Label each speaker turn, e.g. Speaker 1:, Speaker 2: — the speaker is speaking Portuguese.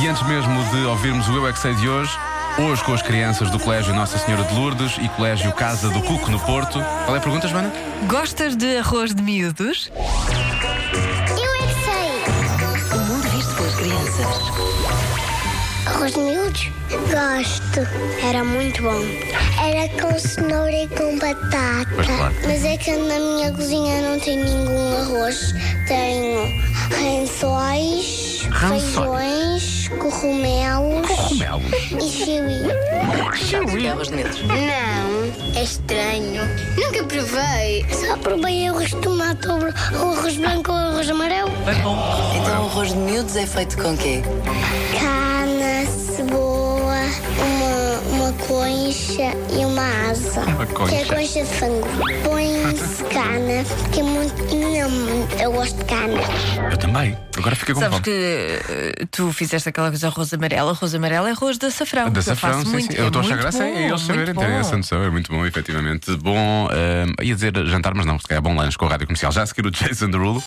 Speaker 1: E antes mesmo de ouvirmos o Eu é Que Sei de hoje, hoje com as crianças do Colégio Nossa Senhora de Lourdes e Colégio Casa do Cuco no Porto. Qual é a pergunta, Joana?
Speaker 2: Gostas de arroz de miúdos?
Speaker 3: Eu é que sei.
Speaker 2: O mundo visto pelas crianças.
Speaker 3: Arroz de miúdos? Gosto. Era muito bom. Era com cenoura e com batata.
Speaker 1: Pois claro.
Speaker 3: Mas é que na minha cozinha não tem nenhum arroz. Tenho rançóis,
Speaker 1: Rançóis?
Speaker 3: feijões, cogumelos
Speaker 1: Romelo.
Speaker 3: e chili. Não, é estranho. Nunca provei. Só provei arroz de tomate, ou arroz branco ou arroz amarelo.
Speaker 4: Então o arroz de miúdos é feito com quê?
Speaker 3: Cana, cebola, uma, uma concha e uma asa.
Speaker 1: Uma concha.
Speaker 3: Que é concha de frango. Põe-se cana, que é muito. Não, eu gosto de cana.
Speaker 1: Eu também. Agora fica com
Speaker 2: Sabes
Speaker 1: fome.
Speaker 2: que eh, tu fizeste aquela coisa arroz amarelo. Arroz amarelo é arroz de açafrão.
Speaker 1: Da
Speaker 2: que eu
Speaker 1: safrão,
Speaker 2: faço
Speaker 1: sim,
Speaker 2: muito,
Speaker 1: sim. Eu
Speaker 2: é
Speaker 1: estou a achar
Speaker 2: muito
Speaker 1: graça
Speaker 2: bom,
Speaker 1: em eles saberem
Speaker 2: muito
Speaker 1: terem
Speaker 2: bom.
Speaker 1: essa noção. É muito bom, ehm, é efetivamente. Bom, hum, ia dizer jantar, mas não, se calhar bom lanche com a rádio comercial. Já a seguir o Jason Derulo.